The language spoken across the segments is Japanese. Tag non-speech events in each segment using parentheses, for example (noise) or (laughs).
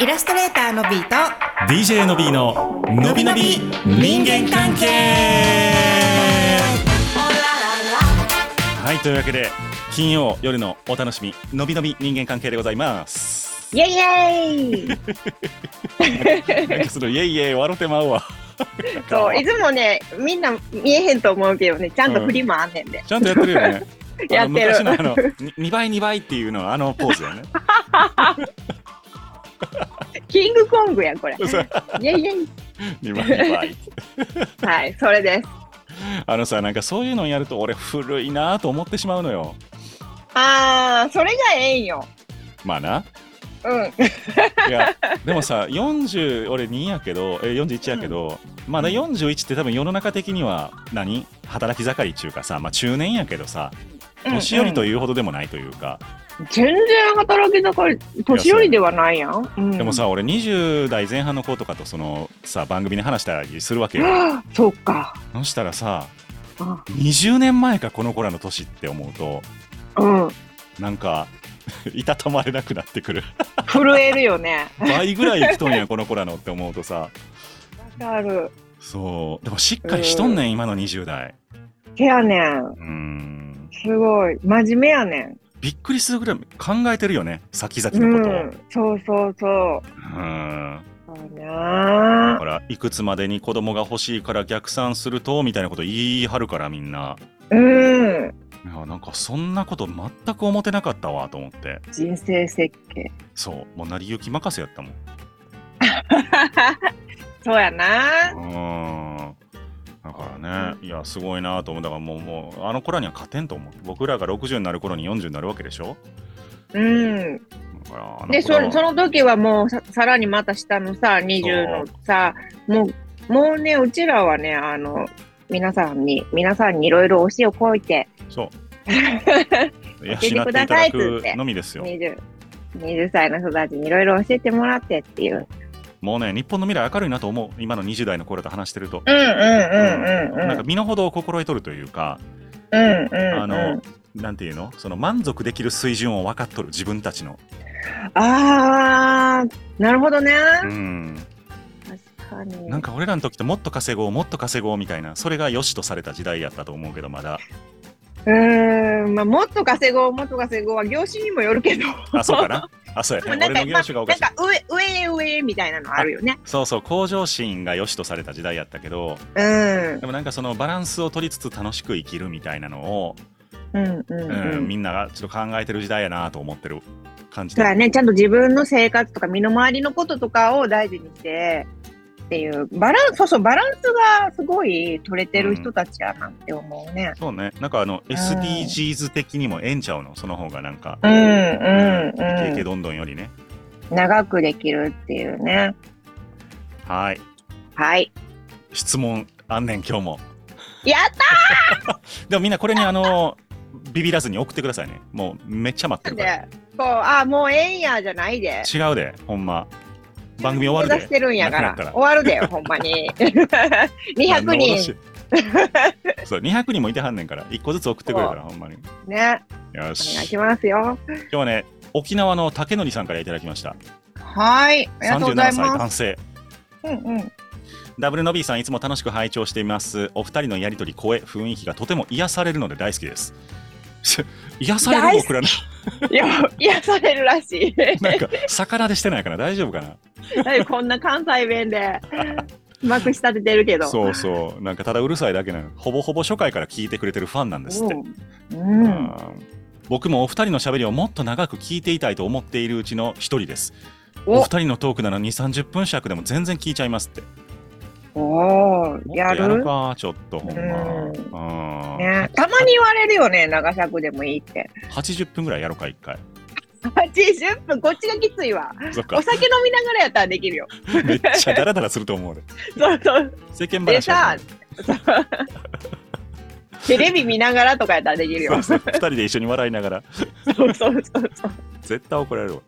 イラストレーターのビーと DJ の B ののびのび人間関係はいというわけで金曜夜のお楽しみのびのび人間関係でございますイエイイエイなんかそのイエイイエイ笑ってまうわそういつもねみんな見えへんと思うけどねちゃんと振り回んねんで、ちゃんとやってるよね (laughs) やってるあの昔のあの2倍2倍っていうのはあのポーズよね (laughs) キングコングやこれそうイエイイエイ2倍2倍はいそれですあのさなんかそういうのやると俺古いなと思ってしまうのよあーそれがええんよまあなうんいやでもさ40俺2やけどえー41やけど、まあね41って多分世の中的には何働き盛りっていうかさ、まあ、中年やけどさ年寄りといいうほどでもないというか、うん全然働き盛り年寄りではないやん、うん、でもさ俺20代前半の子とかとそのさ番組で話したりするわけよはあそうかそしたらさあ20年前かこの子らの年って思うとうんなんか (laughs) いたたまれなくなってくる震えるよね倍ぐらい生きとんやこの子らのって思うとさわかるそうでもしっかりしとんねん今の20代せやねんうんすごい真面目やねんびっくりするぐらい考えてるよね先々うのことを、うんんそうそうそうそうなだかあらいくつまでに子供が欲しいから逆算するとみたいなこと言い張るからみんなうんいやなんかそんなこと全く思ってなかったわと思って人生設計そうもう成り行き任せやったもんそうやなうんだからねいやすごいなと思うだからもうもうあの子らには勝てんと思う僕らが60になる頃に40になるわけでしょうんだからあので子らはそその時はもうささらにまた下のさ20のさもうもうねうちらはねあの皆さんに皆さんにいろいろ教えをこいて (laughs) そう。養っていただくのみですよ。 20, 20歳の人たちにいろいろ教えてもらってっていうもうね、日本の未来明るいなと思う。今の20代の頃と話してると。うんうんうんなんか身の程を心得とるというか、うんうんあの、なんていうのその満足できる水準を分かっとる、自分たちの。あーなるほどね、うん。確かになんか俺らの時ってもっと稼ごう、もっと稼ごうみたいな、それが良しとされた時代やったと思うけど、ま (laughs) だ。うーんまあもっと稼ごうもっと稼ごうは業種にもよるけどあ、そうか (laughs) なあ、そうやなね。んか俺の業種がおかしいまあ。なんか上上へ上へみたいなのあるよねそうそう、向上心が良しとされた時代やったけど、うんでもなんかそのバランスを取りつつ楽しく生きるみたいなのを、うんうんうんうんみんながちょっと考えてる時代やなと思ってる感じそうやで。ね、ちゃんと自分の生活とか身の回りのこととかを大事にしてっていうバランスそうそうバランスがすごい取れてる人たちやなって思うね。そうね、なんかあの SDGs 的にもええんちゃうの、その方がなんか、うんうイケイんケうどんどんよりね。ん、長くできるっていうね。はい、はい。質問あんねん、今日も。やったでもみんなこれに (laughs) あの、ビビらずに送ってくださいね。もうめっちゃ待ってーるから。で、こう、あ、もうええんやじゃないで。違うで、ほんま。番組終わ目る指しで。てるんやから。なくなったら終わるでよ、ほんまに。200人。人。 (laughs) そう、200人もいてはんねんから、1個ずつ送ってくるから、ほんまに。ね。およ願いし。し今ますよ。日はね、沖縄の竹則さんからいただきました。はい。ありがとうござい37歳ま男性。す。うんうん。ダブルノビーさんいつも楽しく拝聴していますお二人のやりとり声雰囲気がとても癒されるので大好きです (laughs) 癒される僕らないや、癒されるらし (laughs) い。なんか魚でしてないから大丈夫かなはいこんな関西弁でうまく仕立ててるけど。そうそうなんかただうるさいだけなのほぼほぼ初回から聞いてくれてるファンなんですって、うん。う。うんん僕もお二人の喋りをもっと長く聞いていたいと思っているうちの一人ですおお二人のトークなら2 3 0分尺でも全然聞いちゃいますっておーやもっとやるろかちょっとほんま、うんね、たまに言われるよね、長尺でもいいって。 80分ぐらいやろうか一回80分、こっちがきついわ。そっ (laughs) かお酒飲みながらやったらできるよ。めっちゃダラダラすると思う俺そうそう。世間で話はさ、そうテレビ見ながらとかやったらできるよ。そそうそう二人で一緒に笑いながらうそうそうそう。絶対怒られるわ、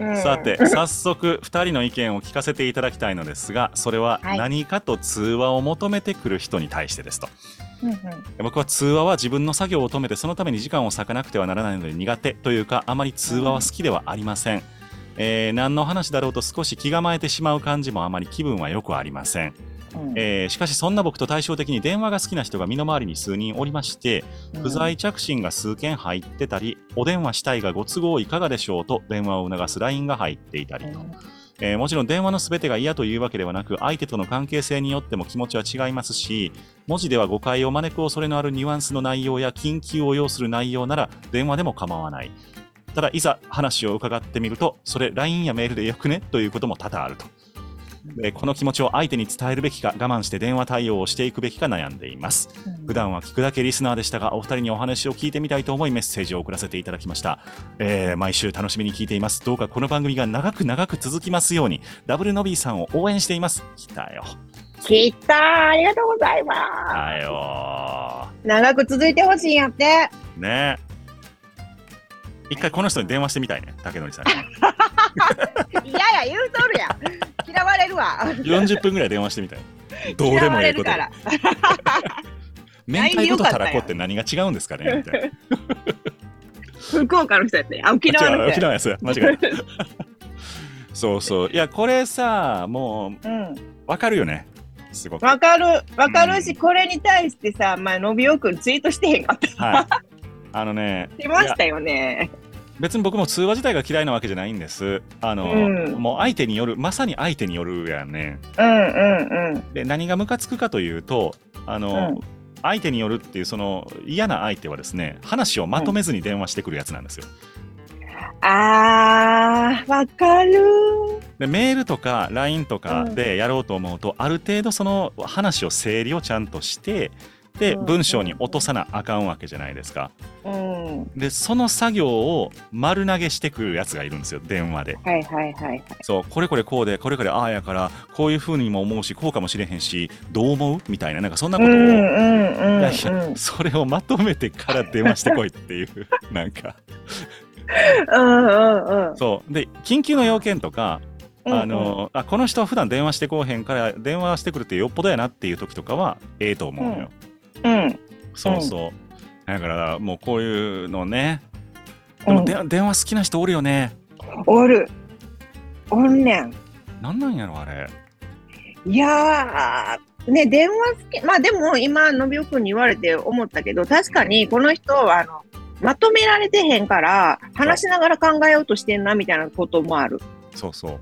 うんさて早速二人の意見を聞かせていただきたいのですがそれははい何かと通話を求めてくる人に対してですと、うんうん僕は通話は自分の作業を止めてそのために時間を割かなくてはならないので苦手というかあまり通話は好きではありません、えー何の話だろうと少し気構えてしまう感じもあまり気分はよくありません。うんえーしかしそんな僕と対照的に電話が好きな人が身の回りに数人おりまして不在着信が数件入ってたりお電話したいがご都合いかがでしょうと電話を促す LINE が入っていたりと、えーもちろん電話のすべてが嫌というわけではなく相手との関係性によっても気持ちは違いますし文字では誤解を招く恐れのあるニュアンスの内容や緊急を要する内容なら電話でも構わないただいざ話を伺ってみるとそれ LINE やメールでよくねということも多々あるとでこの気持ちを相手に伝えるべきか我慢して電話対応をしていくべきか悩んでいますうん普段は聞くだけリスナーでしたがお二人にお話を聞いてみたいと思いメッセージを送らせていただきました、えー毎週楽しみに聞いていますどうかこの番組が長く長く続きますようにダブルノビーさんを応援しています来たよ聞いたーありがとうございまだよす長く続いてほしいんやってーね一回この人に電話してみたいね竹典さ (laughs) んにいやいや言うとるやん (laughs) 嫌われるわ40分ぐらい電話してみたい (laughs) どう嫌でもわいれいこるとから明太子とたらこって何が違うんですかね (laughs) みたいな福岡の人やってあ沖縄の違う人沖や縄やつ間違えたそうそういやこれさも (laughs) ううんわかるよねすごくわかるわかるし、うんこれに対してさ前のびおくんツイートしてへんかったはい。あのね、しましたよね別に僕も通話自体が嫌いなわけじゃないんです。あの、うんもう相手による、まさに相手によるやね。うんうんうんで、何がムカつくかというと、あの、うん相手によるっていうその嫌な相手はですね話をまとめずに電話してくるやつなんですよ。あーわかるでメールとか LINE とかでやろうと思うと、ある程度その話を整理をちゃんとしてでうん文章に落とさなあかんわけじゃないですか。うんでその作業を丸投げしてくるやつがいるんですよ電話で。はいはいはいはいそうこれこれこうでこれこれああやからこういうふうにも思うしこうかもしれへんしどう思うみたいななんかそんなことを、いうんやいやそれをまとめてから電話してこいっていう (laughs) なんかうんうんうんそうで緊急の要件とかあの、あこの人は普段電話してこうへんから電話してくるってよっぽどやなっていう時とかはええと思うのよ、うんそうそう、だからもうこういうのねでも、で電話好きな人おるよねおるおんねんなんなんやろあれいやーね電話好きまあでも今のびおくんに言われて思ったけど確かにこの人はあのまとめられてへんから話しながら考えようとしてんなみたいなこともあるそうそう。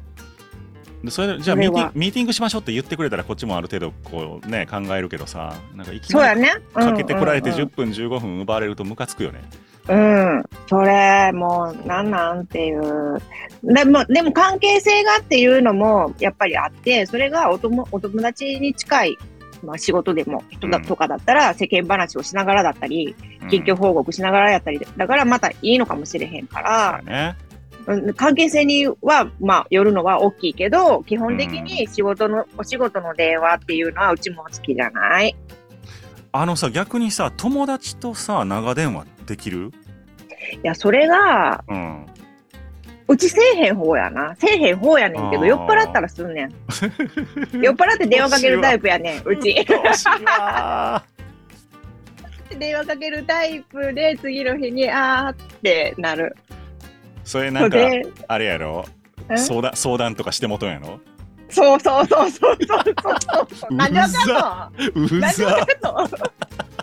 でそれでじゃあそミれーテはィングミーティングしましょうって言ってくれたらこっちもある程度こうね考えるけどさなんかいきそうなやりねかけてこられてうんうんう10ん分15分奪われるとムカつくよね。うん、それもうなんなんっていうでもでも関係性がっていうのもやっぱりあってそれがおともお友達に近い、まあ、仕事でも人だうんとかだったら世間話をしながらだったりうん近況報告しながらやったりだからまたいいのかもしれへんから、ね。うん関係性にはまあよるのは大きいけど基本的に仕事のお仕事の電話っていうのはうちも好きじゃないあのさ逆にさ友達とさ長電話できる？いやそれがうん。うちせえへん方やな。せえへん方やねんけあど、ー酔っ払ったらすんねん。(laughs) 酔っ払って電話かけるタイプやねん、うち。 (laughs) どうしようあ電話かけるタイプで、次の日に、あーってなる。ーそれなんかそうであれやろん相談相談とかしてもとんやろ？そうそうそうそうそうそうそう。う何でわかうんの何でわかざ。んの (laughs)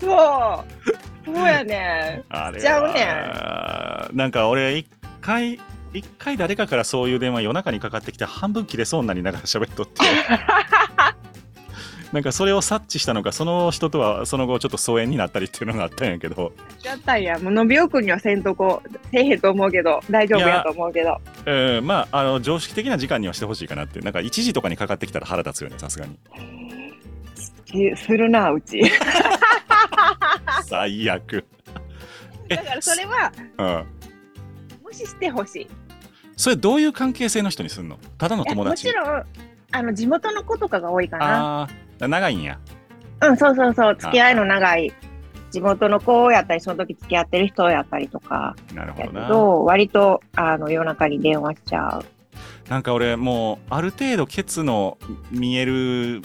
そう。そうやねあれしちゃはなんか俺一回一回誰かからそういう電話夜中にかかってきて半分切れそうになりながら喋っ (laughs) とってなんかそれを察知したのかその人とはその後ちょっと疎遠になったりっていうのがあったんやけどん。やったんや。もう、のびおくんにはせんとこ、せえへんと思うけど、大丈夫やと思うけど。うんまああの常識的な時間にはしてほしいかなってなんか1時とかにかかってきたら腹立つよねさすがにえするな、うち。最悪 (laughs) えだからそれは、うん無視してほしい。それどういう関係性の人にすんのただのいや友達もちろんあの地元の子とかが多いかなああ長いんやうんそうそうそう付き合いの長い地元の子やったりその時付き合ってる人やったりとかなるほやどけなど割とあの夜中に電話しちゃうなんか俺もうある程度ケツの見える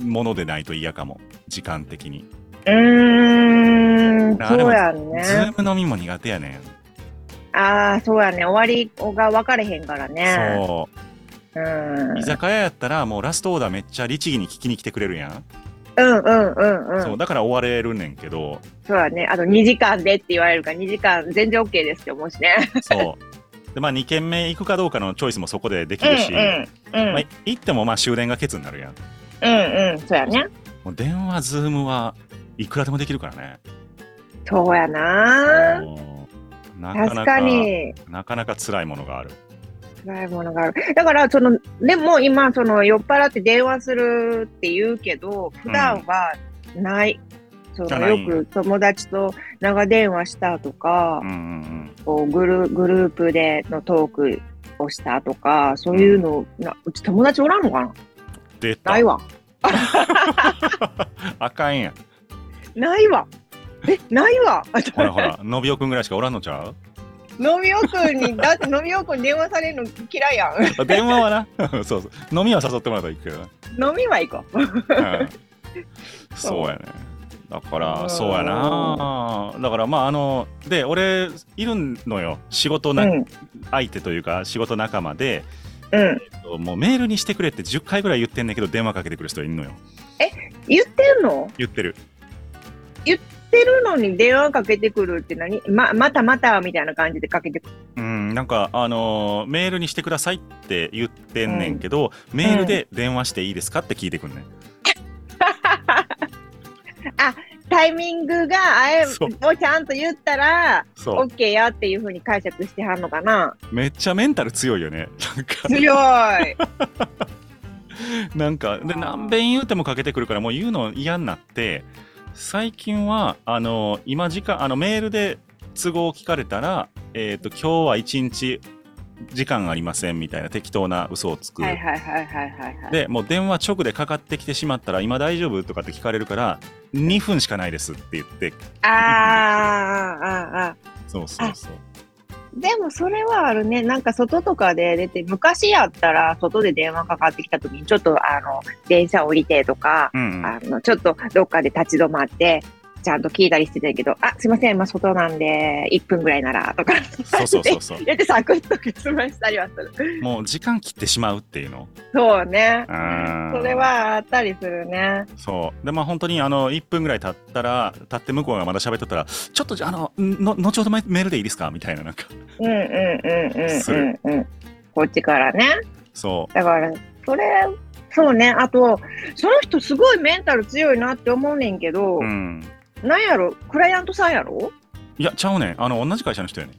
ものでないと嫌かも時間的に、うーんあそうやんねズーム飲みも苦手やねんああ、そうやね。終わりが分かれへんからね。そうう居ん。酒屋やったらもうラストオーダーめっちゃ律儀に聞きに来てくれるやん、うんうんうんうん。そそううだから終われるねんけどだね。あと2時間でって言われるから、2時間全然 OK ですって思うしね。そうでまあ2軒目行くかどうかのチョイスもそこでできるし、うんうん。うまあん、行ってもまあ終電がケツになるやんうんうん。そうやね。もう電話ズームはいくらでもできるからねそうやな。もうなかな確かかに。なかなか辛いものがある辛いものがある。だから、その、でも今、その、酔っ払って電話するって言うけど、普段はない。そじゃのないんよやく友達と長電話したとかうん、うんこうグルグループでのトークをしたとか、そういうの、うなうち友達おらんのかなうん出たないわ。 (laughs) あかんやんないわ。え、ないわ。ほらほらのびおくんぐらいしかおらんのちゃ (laughs) 飲み奥に、だって飲み奥に電話されるの嫌いやん。う (laughs) 電話はな (laughs) そうそう飲みは誘ってもらったら行くけどな (laughs) 飲みは行こう。うんそうやね。だから、うんそうやな。だから、まあ、あの、で、俺、いるのよ。仕事う。なん相手というか、仕事仲間で、うん。もうメールにしてくれって10回ぐらい言ってんねんけど、電話かけてくる人いるのよ。言ってんの言ってる。言ってるのに電話かけてくるって何ま、またまたみたいな感じでかけてくる。うん、なんか、あのーメールにしてくださいって言ってんねんけど、メールで電話していいですかって聞いてくんねん。タイミングが、あれそうをちゃんと言ったら、そう。 OK やっていうふうに解釈してはんのかなめっちゃメンタル強いよね。なんか、強い。なんかであー何遍言うてもかけてくるからもう言うの嫌になって最近はあの今時間あのメールで都合を聞かれたら、えー、と今日は一日時間ありませんみたいな適当な嘘をつく、はいはいはいはいはい、はい。でもう電話直でかかってきてしまったら今大丈夫とかって聞かれるから2分しかないですって言ってあーあーあーあそうそうそうーでもそれはあるねなんか外とかで出て昔やったら外で電話かかってきた時にちょっとあの電車降りてとか、うんうんあのちょっとどっかで立ち止まってちゃんと聞いたりしてたけど「あすいません今外なんで1分ぐらいなら」とか (laughs) そうそうそうそうやってサクッと結論したりはするもう時間切ってしまうっていうのそうねうんそれはあったりするねそうでまあ本当にあの1分ぐらい経ったら経って向こうがまだ喋っとったらちょっとじゃああのんの後ほどメールでいいですかみたいななんかうんうんうんすうんるうんうんこっちからねそだから、それ、そうね。あと、その人すごいメンタル強いなって思うねんけど、う、うん、なんやろ、クライアントさんやろいやちゃうねんあの同じ会社の人やねん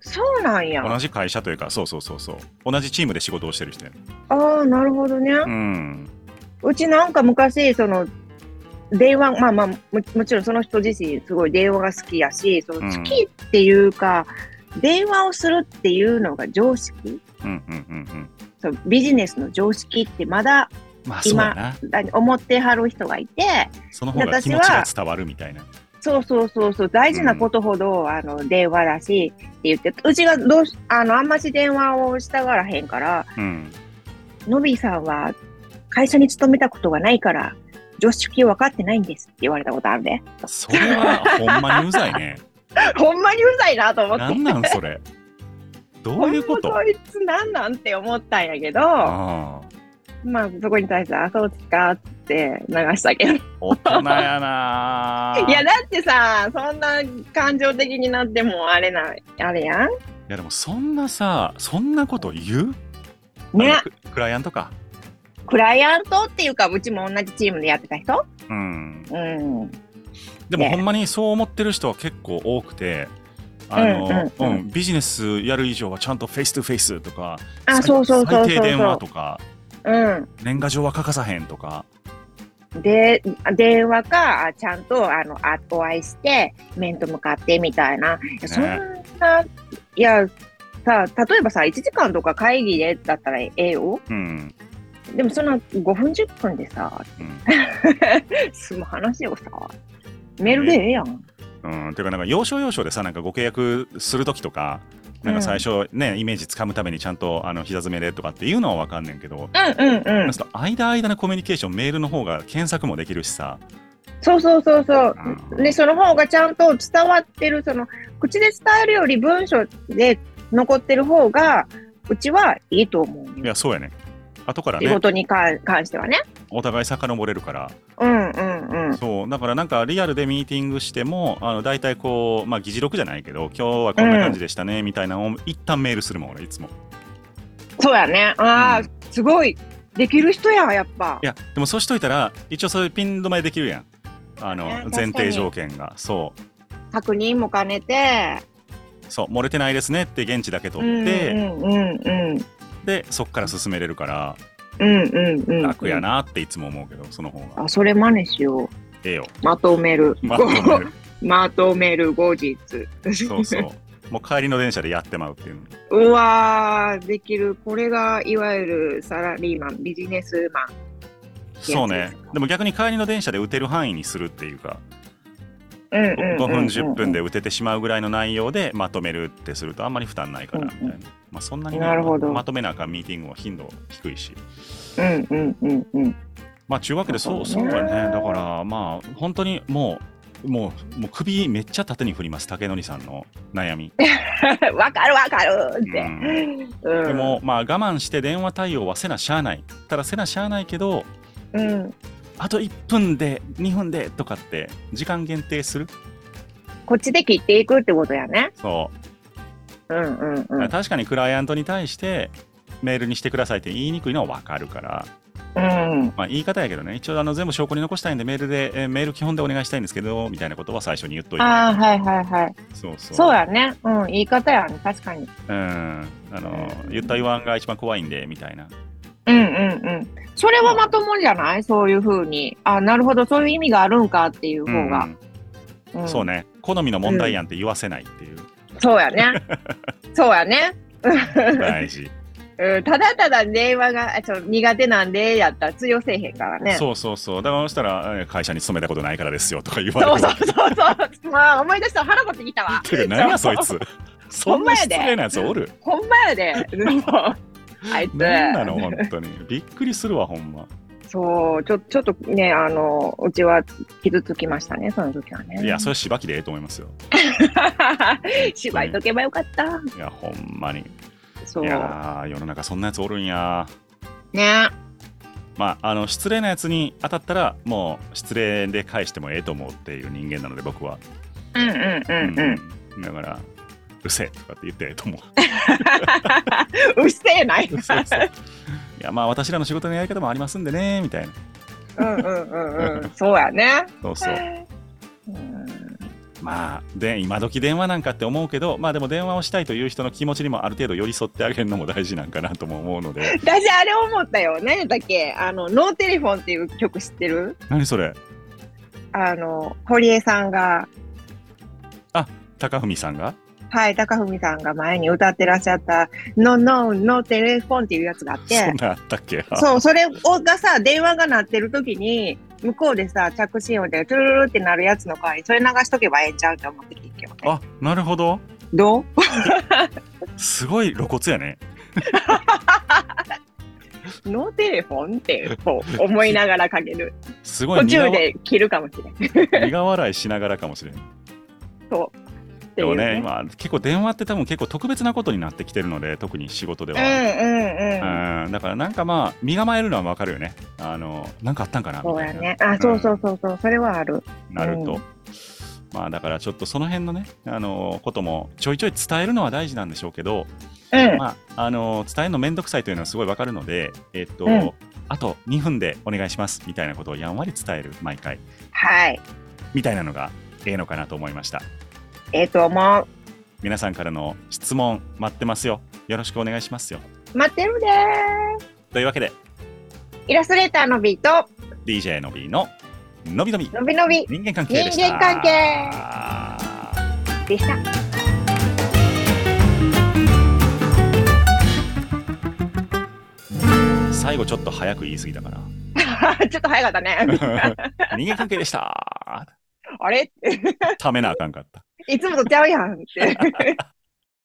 そうなんや。同あじ会社というかそうそうそうそう同じチームで仕事をしてる人やねんあー、なるほどね。うんうちなんか昔、その、電話、まあまあも、もちろんその人自身すごい電話が好きやし、そのうん好きっていうか、電話をするっていうのが常識うんうんうんうんそうビジネスの常識ってまだまあ今そうやなあ思ってはる人がいて、その方が私気は持ちが伝わるみたいなそうそうそうそう、大事なことほど、あの電話だしって言って、うちがどうしあのあんまし電話をしたがらへんから、うんのびさんは会社に勤めたことがないから、常識分かってないんですって言われたことあるね。それはほんまにうざいね (laughs) ほんまにうざいな (laughs) と思って。なんなんそれどういうことほんまこいつなんなんって思ったんやけど、ああまあそこに対して、あ、そうですかって流したけど。大人やないや、だってさ、そんな感情的になってもあれな、あれやんいやでもそんなさそんなこと言うあねの。ククライアントかクライアントっていうか、うちも同じチームでやってた人うんうん、でもねほんまにそう思ってる人は結構多くてあの、うんうんうんうんビジネスやる以上はちゃんとフェイストフェイスとかあ最そうそうそうそうそう最低電話とかう年賀状は欠かさへんとかん、で電話かあちゃんとあのあお会いして面と向かってみたいな、いやそんないやさ例えばさ1時間とか会議でだったらええようん、でもその5分10分でさう済む話をさメールでええやん、んうん、ていうかなんか要所要所でさなんかご契約する時とかなんか最初ね、イメージつかむためにちゃんとあの膝詰めでとかっていうのは分かんねんけど、うん、うんうんそうすると間間のコミュニケーションメールの方が検索もできるしさそうそうそうそうう。んで、その方がちゃんと伝わってる、その、口で伝えるより文章で残ってる方が、うちはいいと思ういよ。やそうやね後から仕ね事に関関してはね。お互い遡れるからうんうんうん。そうだからなんかリアルでミーティングしてもあの大体こうまあ議事録じゃないけど今日はこんな感じでしたねみたいなのを一旦メールするもん俺いつもそうやね。ああ、すごい。できる人や、やっぱい。やでもそうしといたら一応それピン止めできるやんあのね確か前に提条件がそう確認も兼ねて。そう漏れてないですねって現地だけう取んっうて、んうんうん。でそっから進めれるからうんうんうん。楽や。なっていつも思うけどその方があ、それ真似しよう。ええよまとめる。まとめる (laughs) まとめる後日。そうそうもう帰りの電車でやってまうっていう (laughs) うわー、できる。これが、いわゆるサラリーマン、ビジネスマン。そうねでも逆に帰りの電車で打てる範囲にするっていうかうんうんうんうん5分10分で。打ててしまうぐらいの内容でまとめるってするとあんまり負担ないからみたいな、うんうまあ、そんなに、ね、なるほどまとめなあかんミーティングは頻度低いしうんうんうんうん。 (laughs) まあ中学でそうそそううねやねだからまあ本当にもうもうもう首めっちゃ縦に振ります竹則さんの悩み、わかるわかるっうて。んうんでもまあ我慢して電話対応はせなしゃあないただせなしゃあないけどうん、あと1分で2分でとかって時間限定するこっちで切っていくってことやね。そううんうんうん。うん確かにクライアントに対してメールにしてくださいって言いにくいのは分かるから、まあ、言い方やけどね一応あの全部証拠に残したいんでメールで、えーメール基本でお願いしたいんですけどみたいなことは最初に言っといてああ、はいはいはい。そうそうそうやね。うん、言い方やね。確かに。うんあの言った言わんが一番怖いんでみたいなうんうんうん。それはまともじゃないそういうふうに。あなるほど。そういう意味があるんかっていう方が。うんんそうね好みの問題やんって言わせないっていう、そうや (laughs) ね。そうやね。大事、うん、ただただ電話があちょ苦手なんでやったら通用せえへんからね。そうそうそうだからそしたらえー会社に勤めたことないからですよとか言われそるうそうそうそう。まあ思い出した腹持ってきたわ。てか何やそいつそほんんまなや失で礼なやつおるほんまや (laughs) で。あいつ。何なの本当にびっくりするわほんまそう、ちょちょっとね、あの、うちは傷つきましたね、その時はね。いやそれしばきでええと思いますよ (laughs) 芝居とけばよかった。いやほんまにいそう。やー世の中そんなやつおるんやね。まああの失礼なやつに当たったらもう失礼で返してもええと思うっていう人間なので僕はうんうんうんうん。だから、うるせえとかって言ってええと思う。うっせえない。そうそう (laughs) いや、まあ、私らの仕事のやり方もありますんでね、みたいな。うんうんうんうん。そうやね。そうそう。うんまあ、で、今時電話なんかって思うけど、まあでも電話をしたいという人の気持ちにもある程度寄り添ってあげるのも大事なんかなとも思うので。私あれ思ったよ何だっけあのノーテレフォンっていう曲知ってる何それあの堀江さんが高文さんがはい高文さんが前に歌ってらっしゃった「ノノノーテレフォン」っていうやつがあっそてんなんあったっけそうそれをがさ電話が鳴ってる時に向こうでさ着信音でトゥルルルってなるやつの代わりそれ流しとけばええんちゃうって思って聞いてよあ、なるほど。どうすごい露骨やね。ノーテレフォンってこう思いながらかけ (laughs) るすごい途苦中笑で切るかもしれん。苦笑いしながらかもしれん。そうってでいもうね、今、結構電話って多分結構特別なことになってきてるので、特に仕事では。うんうんうん。うんだからなんかまあ身構えるのはわかるよね。あのなんかあったんかなみそうたやいな、ね。あ、そうそうそうそう、それはある。なると、うんまあだからちょっとその辺のねあのこともちょいちょい伝えるのは大事なんでしょうけど、うん。まああの伝えるのめんどくさいというのはすごいわかるので、えっと、うんあと2分でお願いしますみたいなことをやんわり伝える毎回はい。みたいなのがええのかなと思いました。ええと思う。皆さんからの質問待ってますよ。よろしくお願いしますよ。待ってるでーというわけでイラストレーターのビート、 DJ のびののびのびのびのび人間関係でした。人間関係でした。最後ちょっと早く言い過ぎたかな。ちょっと早かった (laughs) (laughs) ね。人間関係でした。あれためなあかんかった。いつもとちゃうやんって。